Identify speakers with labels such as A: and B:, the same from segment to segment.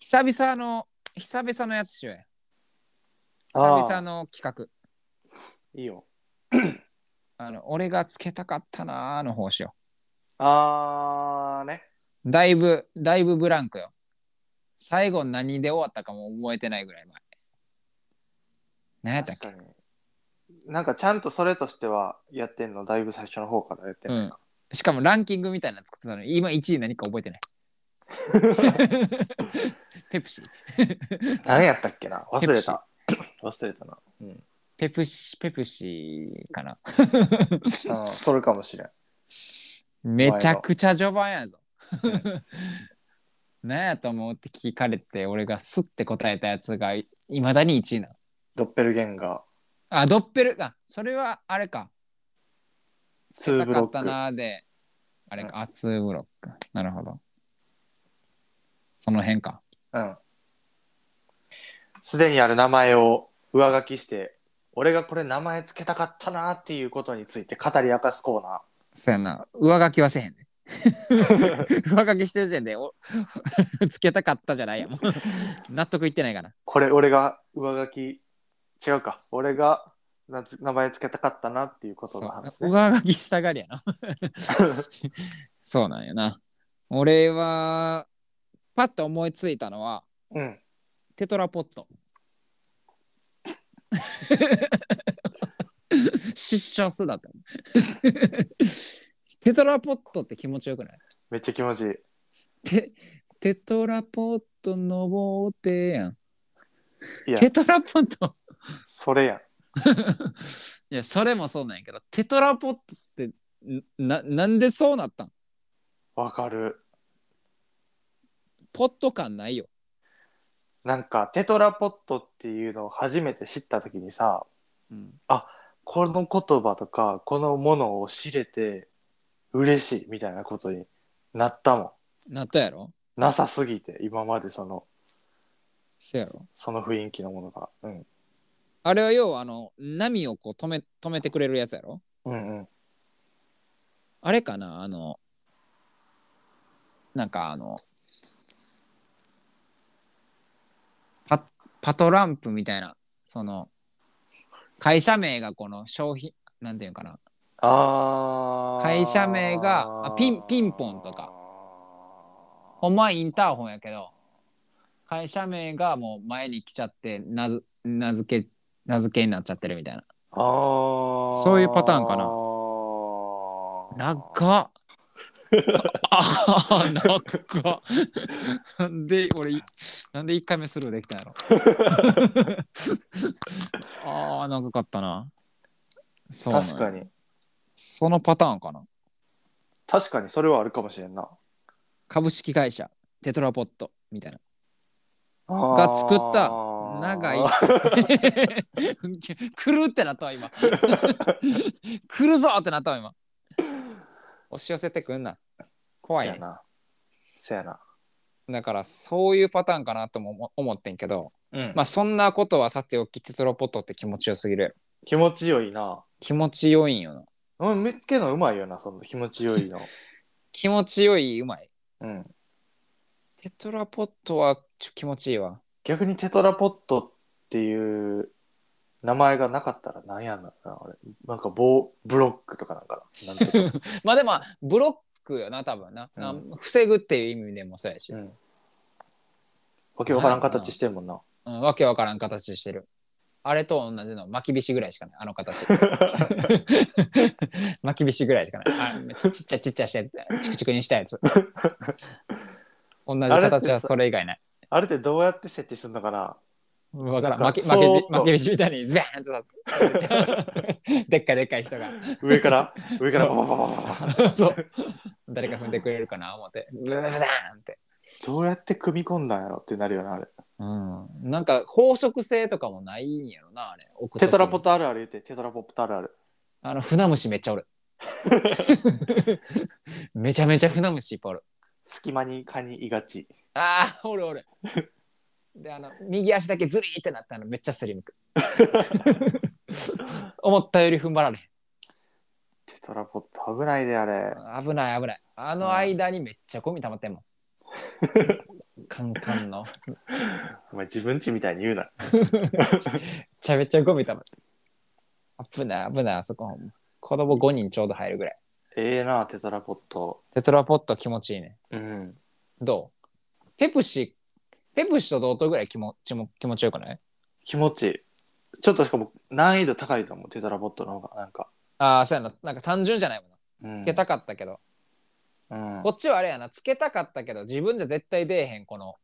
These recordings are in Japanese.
A: 久々の久々のやつしようや久々の企
B: いいよ。
A: 画あの俺がつけたかったなーの方しよ
B: あーね。
A: うだいぶだいぶブランクよ最後何で終わったかも覚えてないぐらい前何やったっ
B: 確かに。なんかちゃんとそれとしてはやってんの、だいぶ最初の方からやってんのな。
A: けしかもランキングみたいなの作ってたのに今1位何か覚えて ないペプシ
B: 何やったっけな忘れ
A: ペプシ
B: た。忘れたな。うん。
A: ペプシペプシかな
B: あーそれかもしれん。
A: めちゃくちゃ序盤やぞ。 何やと思うって聞かれて俺がスッて答えたやつがいいまだに1位なの。
B: ドッペルゲンガ
A: あドッペルあそれはあれか。
B: ー、ツーブ
A: 高か
B: ロ
A: った
B: ック。
A: なーで。あれか、あツーブロック。なるほど。その辺か。
B: うん。すでにある名前を上書きして、俺がこれ名前つけたかったなっていうことについて語り明かすコーナー。
A: そうやな。上書きはせへん ね。上書きしてる時点でお つけたかったじゃないやもう納得いってないから。
B: これ俺が上書き違うか俺がなつ名前つけたかったなっていうことの話
A: そう上書きしたがりやなそうなんやな俺はパッと思いついたのは
B: うん
A: テトラポット 失笑すだった テトラポットって気持ちよくない
B: めっちゃ気持ちいい
A: テテトラポット登ってやん
B: いや
A: テトラポット
B: それやん
A: いやそれもそうなんやけどテトラポットってななんでそうなったん
B: わかる
A: ポット感ないよ。
B: なんかテトラポットっていうのを初めて知った時にさこの言葉とかこのものを知れて嬉しいみたいなことになったも
A: なったやろ
B: んなさすぎて今までその
A: そうやろ。
B: その雰囲気のものが、うん、
A: あれは要はあの波をこう止め止めてくれるやつやろ
B: うんうん
A: あれかなあのなんかあのパパトランプみたいなその会社名がこの商品なんていうんかな
B: あー
A: 会社名があピンピンポンとかほんまはインターホンやけど会社名がもう前に来ちゃって名づ名付け名付けになっちゃってるみたいな。
B: あ
A: そういうパターンかな
B: な
A: 長っああ長っなんで俺なんで1回目スルーできたんやろ ああ長かったなそうなんや
B: 確かに
A: そのパターンかな
B: 確かにそれはあるかもしれんな
A: 株式会社テトラポットみたいな
B: が
A: が作った長い 来るってなったわ今 来るぞってなったわ今押し寄せてくんな怖い
B: せ
A: ね
B: やなせやな
A: だからそういうパターンかなとも思思ってんけど、
B: うん
A: まあそんなことはさておきテトラポットって気持ちよすぎる
B: 気持ちよいな
A: 気持ちよいんよな
B: うん見つけるのうまいよなその気持ちよいの
A: 気持ちよいうまい
B: うん
A: テトラポットはちょ気持ちいいわ
B: 逆にテトラポットっていう名前がなかったらなんやんな俺なんか棒ブロックとかなんかななんとか
A: まあでもブロックよな多分な、な
B: うん
A: 防ぐっていう意味でもそうやし、
B: う
A: うん
B: わけわからん形してるもんな
A: んわけわからん形してるあれと同じの巻きびしぐらいしかないあの 形巻きびしぐらいしかないあちちっちゃいちっちゃいしてチクチクにしたや つ同じ形はそれ以外ない
B: あれってどうやって設置するのかな
A: わからん。
B: なん
A: 負け、
B: か
A: 負
B: そう
A: け、負け石みたいにズバーンとさ でっかいでっかい人が。
B: 上から上から
A: そう
B: ババババババ
A: そう。誰か踏んでくれるかな思って。ブザーンって。
B: どうやって組み込んだんやろってなるよなあれ
A: うん。なんか法則性とかもないんやろな、あれ。置く時
B: テ
A: に
B: トラポッ。トあるある言ってテトラポットあるある
A: あの、船虫めっちゃ おる。めちゃめちゃ船虫いっぱいおる。
B: 隙間にカニいがち
A: ああ、おるおる。 で、あの、右足だけズリーってなったのめっちゃすりむく。思ったより踏ん張られ
B: テトラポット危ないであれ。
A: へん危ない危ないあの間にめっちゃゴミ溜まってん もんカンカンの
B: お前自分ちみたいに言うな。
A: めちゃめちゃゴミ溜まって危ない危ないあそこほんま子供5人ちょうど入るぐらい
B: ええな、テトラポット。
A: テトラポット気持ちいいね
B: うん。
A: どうペプシペプシと同等ぐらい気持ちも気持ちよくない
B: 気持ちいい。ちょっとしかも難易度高いと思う、テトラポットの方が。なんか。
A: ああそうやななんか単純じゃないもんな
B: うん
A: つけたかったけど、
B: うん
A: こっちはあれやなつけたかったけど自分じゃ絶対出えへんこの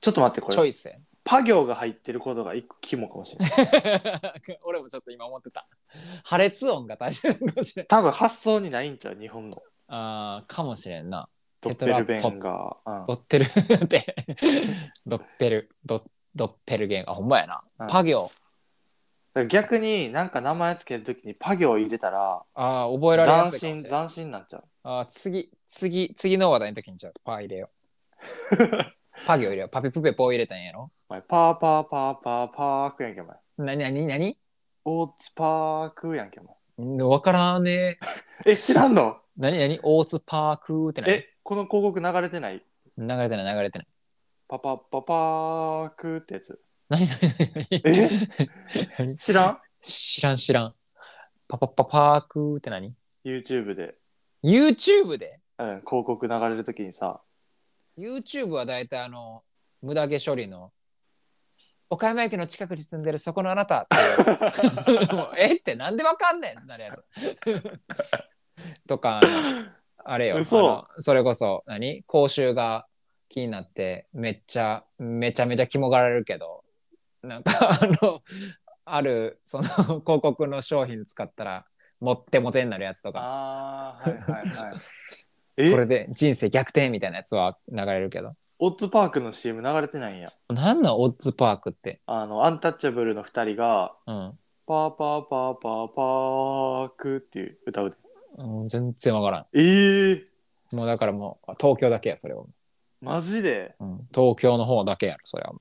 B: ちょっと待って、こ
A: チョ
B: れ。
A: イ スや な
B: パ行が入ってることが一個肝かもしれない。
A: 俺もちょっと今思ってた。破裂音が大事なのかもしれん。
B: 多分発想にないんちゃう、日本の。
A: あーかもしれんな。
B: ドッペルベンガー。
A: ドッテルって。 ドッペル、ドッドッペルゲンガー。ほんまやな
B: うん。
A: パ行。
B: うん、逆になんか名前つけるときにパ行入れたら、
A: ああ、覚えられや
B: 斬
A: すいかもしれ
B: 新、
A: ん。
B: 斬新になっちゃう。
A: あー次、次、次の話題の時にじゃあパー入れよ う。パ行入れよう。パピプペポー入れたんやろ
B: お前、パーパーパーパーパークやんけ、お前。
A: なになになに
B: オーツパークやんけ、お前。
A: わからねえ。
B: え、知らんの
A: なになに大津パークーってなに
B: え、この広告流れてない
A: 流れてない流れてない。
B: パパパパークってやつ。
A: なになにな
B: え
A: になに
B: 知らん
A: 知らん知らん。パパパパークーって何
B: ?YouTube で、
A: ?YouTube で
B: うん、広告流れるときにさ、
A: ?YouTube はだいたいあの、無駄毛処理の、岡山駅の近くに住んでるそこのあなたっていう もうえってなんでわかんねんってなるやつ。 とか、あのあれよ。
B: 嘘
A: あのそれこそ、何口臭が気になって、めっちゃ、めちゃめちゃ肝がられるけど、なんか、あの、ある、その、広告の商品使ったら、持ってモテになるやつとか。
B: あー、はいはいはい。
A: これ
B: え、
A: で人生逆転みたいなやつは流れるけど。
B: オッツパークの CM 流れてないんや。
A: なんなんオッズパークって。
B: あの、アンタッチャブルの二人が、
A: うん。
B: パーパーパーパーパークっていう歌うで。
A: うん全然わから
B: えー、
A: ん。もうだからもう東京だけや、それは。
B: マジで
A: うん。東京の方だけやろ、それは。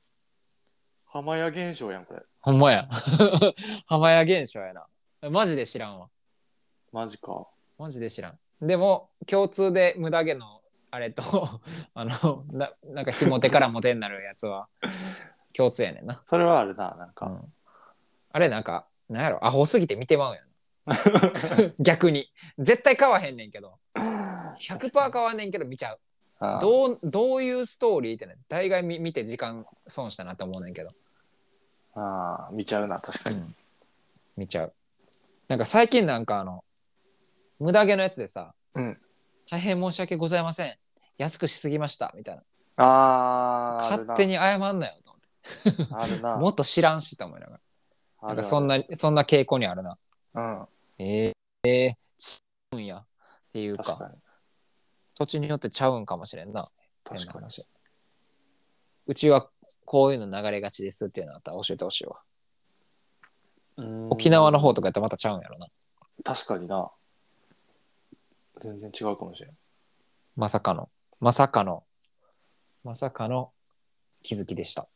B: 浜屋現象やん、これ。
A: ほんまや。 浜屋現象やな。マジで知らんわ。
B: マジか。
A: マジで知らん。でも、共通で無駄毛のあれと、 あの、ななんか紐手からモテになるやつは、共通やねんな。
B: それはあるな、なん
A: う
B: か。
A: んあれなんか、なんやろ、アホすぎて見てまうや ん。逆に。絶対買わへんねんけど。100%買わんねんけど見ちゃう。
B: あー
A: どうどういうストーリーってね、大概見見て時間損したなと思うねんけど、
B: あー、見ちゃうな、確かに。
A: 見ちゃう。なんか最近なんかあの、無駄毛のやつでさ、
B: うん
A: 大変申し訳ございません。安くしすぎましたみたいな。
B: あー、あるな
A: 勝手に謝んなよと思って。
B: あるな。
A: もっと知らんしと思いながら。
B: あ
A: なん
B: る
A: かそんな、そんな傾向にあるな。
B: うん、
A: えー、えー、ちゃうんや。っていう
B: 確
A: か、
B: かに。
A: 土地によってちゃうんかもしれんな。
B: 確
A: 変な
B: かに。
A: 話うちはこういうの流れがちですっていうのあったら教えてほしいわ。沖縄の方とかやったらまたちゃうんやろな。
B: 確かにな。全然違うかもしれん。
A: まさかの、まさかの、まさかの気づきでした。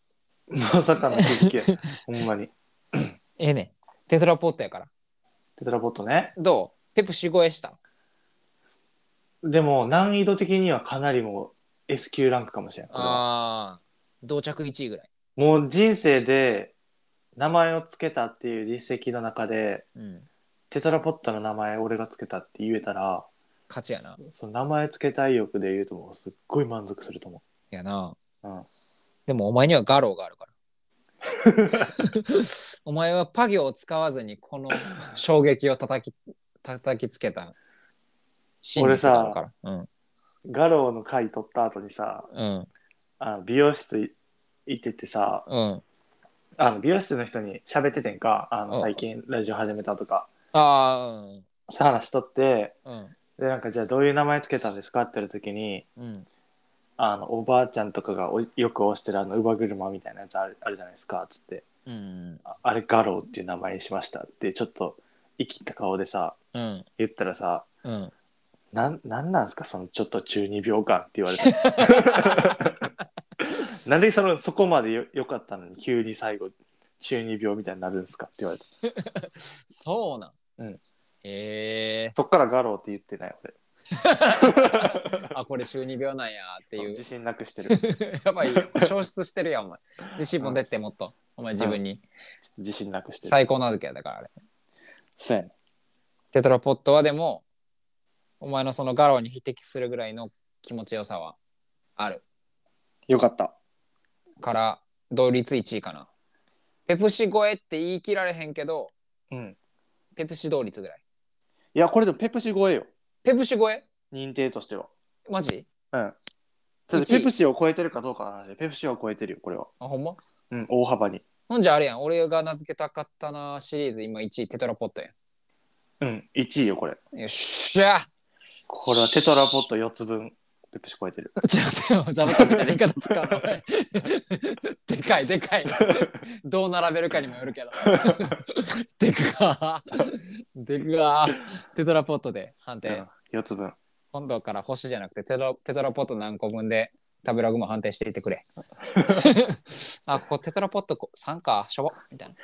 B: まさかの気づきや。 ほんまに。
A: ええねん。テトラポットやから。
B: テトラポットね。
A: どうペプシ超えした。
B: でも難易度的にはかなりもう S 級ランクかもしれん。これは
A: ああ。同着1位ぐらい。
B: もう人生で名前をつけたっていう実績の中で、
A: うん。
B: テトラポットの名前俺がつけたって言えたら、
A: 勝ちやな。
B: その名前つけたい欲で言うともうすっごい満足すると思
A: やな。
B: う。うん。
A: でもお前にはガローがあるから。 お前はパ行を使わずにこの衝撃を叩き叩きつけた真実があるから。うん。
B: ガローの回取った後にさ、
A: うん。
B: あの美容室い行っててさ、
A: うん。
B: あの美容室の人に喋っててんかあ
A: う
B: の
A: ん
B: 最近ラジオ始めたとか
A: ああ、
B: そう話しとって
A: うん。
B: でなんかじゃあどういう名前つけたんですかって言った時に
A: うん。
B: あのおばあちゃんとかがおよく押してるあの乳母車みたいなやつあるあるじゃないですかっつって
A: うん。
B: ああれガローっていう名前にしましたってちょっと生きった顔でさ
A: うん。
B: 言ったらさ
A: うん。
B: なんなんなんすかそのちょっと中二病感って言われて なんでそのそこまでよよかったのに急に最後中二病みたいになるんですかって言われて
A: そそうなん。
B: うん
A: え
B: そっからガローって言ってない俺。
A: えあ、これ中二病なんやって
B: そう
A: いう。
B: 自信なくしてる。ちょっ
A: やばい、消失してるやん、お前。自信も出てもっと。お前自分に。
B: と自信なくしてる。
A: 最高の時やだからあれ。
B: そうやね
A: テトラポットはでも、お前のそのガロに匹敵するぐらいの気持ちよさはある。
B: よかった。
A: から、同率1位かな。ペプシ超えって言い切られへんけど、
B: うん。
A: ペプシ同率ぐらい。
B: いや、これでもペプシ超えよ。
A: ペプシ超え
B: 認定としては。
A: マジ
B: うん。ただ
A: 一位
B: ペプシを超えてるかどうかの話で、ペプシを超えてるよ、これは。
A: あ、ほんま
B: うん、大幅に。
A: ほんじゃあれやん。俺が名付けたかったなシリーズ、今1位、テトラポットや
B: うん、1位よ、これ。
A: ん。よっしゃ
B: これはテトラポット4つ分、ペプシ超えてる。
A: ちょっと待って、座布団みたいな言い方使うのお前でかい、でかい。どう並べるかにもよるけど。でかでかテトラポットで判定。
B: うん、4つ分。
A: 今度から星じゃなくてテトラテトラポット何個分で食べログも判定していってくれ。あ、ここテトラポットこ3か、しょぼみたい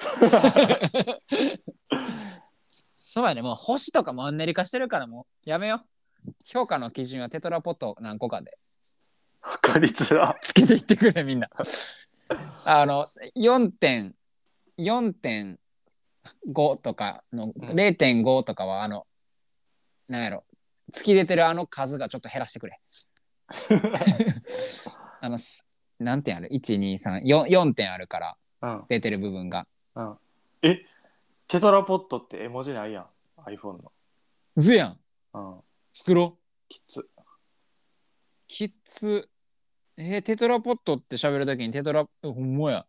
A: な。そうやね、もう星とかマンネリ化してるからもうやめよう。評価の基準はテトラポット何個かで
B: わかりづら。
A: つけていってくれ、みんな。あの、4点、4.5とかの、
B: ん
A: 0.5とかは、あの、なんやろ、突き出てるあの数がちょっと減らしてくれ。あの、す何点ある ?1、2、3、4、4点あるから、
B: うん、
A: 出てる部分が。
B: うん。え、テトラポットって絵文字ないやん、iPhone
A: ずやん、
B: の。うん、
A: 作ろう。
B: きつ。
A: キッズ、えーテトラポットって喋るときにテトラ、えほんまや。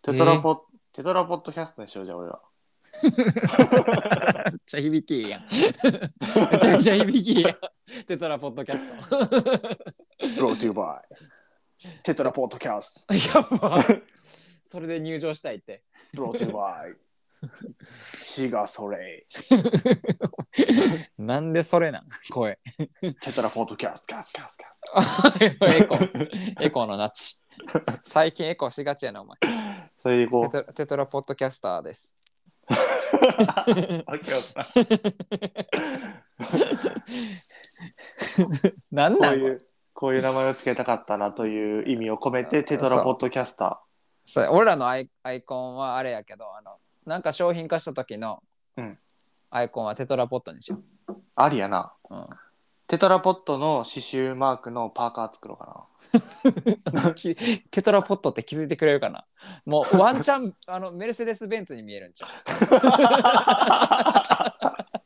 B: テトラポット、テトラポッドキャストにしようじゃ ん、俺ら。
A: めっちゃ響きいいやん。めちゃくちゃ響きいいやん。テトラポッドキャスト。
B: ローティーバイ。テトラポッドキャス
A: やば。それで入場したいって。
B: ト。ローティーバイ。シガソレイ。
A: なんでそれなん声。
B: テトラポッドキャスト、キャスト、キャスト、キャスト。
A: エコ。 エコのナチ。最近エコしがちやな、お前。
B: それでいこう。
A: テトラテトラポッドキャスター です。
B: わけわからん
A: なん
B: こ
A: な
B: うんいう、こういう名前をつけたかったなという意味を込めて、テトラポッドキャスタ
A: それ俺らのアイアイコンはあれやけど、あの、なんか商品化した時の
B: うん
A: アイコンはテトラポッドにしよ
B: ー。ありやな。
A: う。うん
B: テトラポットの刺繍マークのパーカー作ろう か
A: きテトラポットって気づいてくれるかなもうワンチャンあのメルセデス・ベンツに見えるんちゃ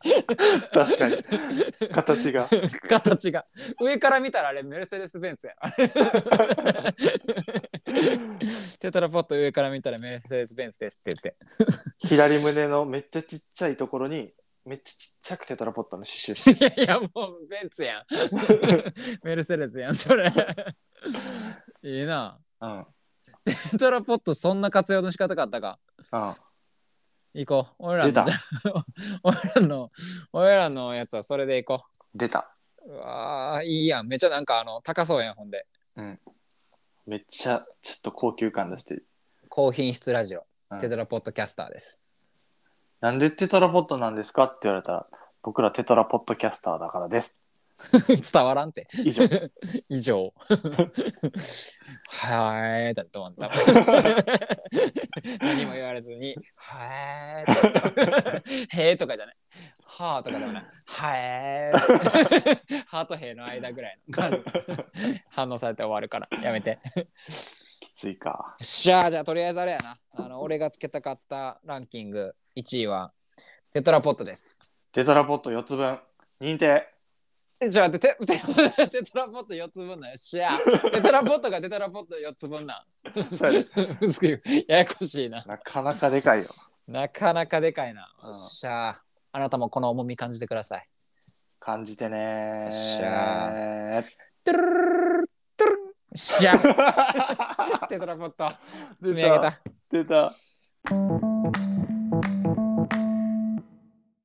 A: う
B: な。確かに。形が。
A: 形が上から見たらあれメルセデス・ベンツや あれテトラポット上から見たらメルセデス・ベンツですって言って
B: 左胸のめっちゃちっちゃいところに、めっちゃちっちゃくテトラポットの刺繍して。
A: いやいやもうベンツやん メルセデスやんそれいいな
B: うん。うん。
A: テトラポットそんな活用の仕方があったか行こう俺らの
B: 出た
A: じゃあ俺らの俺らのやつはそれで行こう
B: 出た。
A: うわあいいやんめっちゃなんかあの高そうやんほんで
B: めっちゃ、ちょっと高級感出してる。
A: 高品質ラジオ
B: うん
A: テトラポッドキャスターです、
B: なんでテトラポットなんですかって言われたら、僕らテトラポッドキャスターだからです。
A: 伝わらんて
B: 以上。
A: 以上はーいだと思った何も言われずに「はーい」へーとかじゃない「はー」とかじゃない「はーい」はーとへーの間ぐらいの感じ反応されて終わるからやめて
B: きついか。
A: よっしゃーじゃあとりあえずあれやなあの俺がつけたかったランキング1位はテトラポットです
B: テトラポット4つ分。認定。
A: えじゃあテテテテトラポット4つ分なんよっしゃーテトラポットがテトラポット4つ分なん
B: そうやね
A: 薄く言うややこしいな
B: なかなかでかいよ。
A: なかなかでかいな
B: うん
A: よっしゃーあなたもこの重み感じてくださ い
B: 感じてねー。
A: よっしゃトゥルルルルトゥルルンよっしゃーテトラポット積み上げた
B: 出た。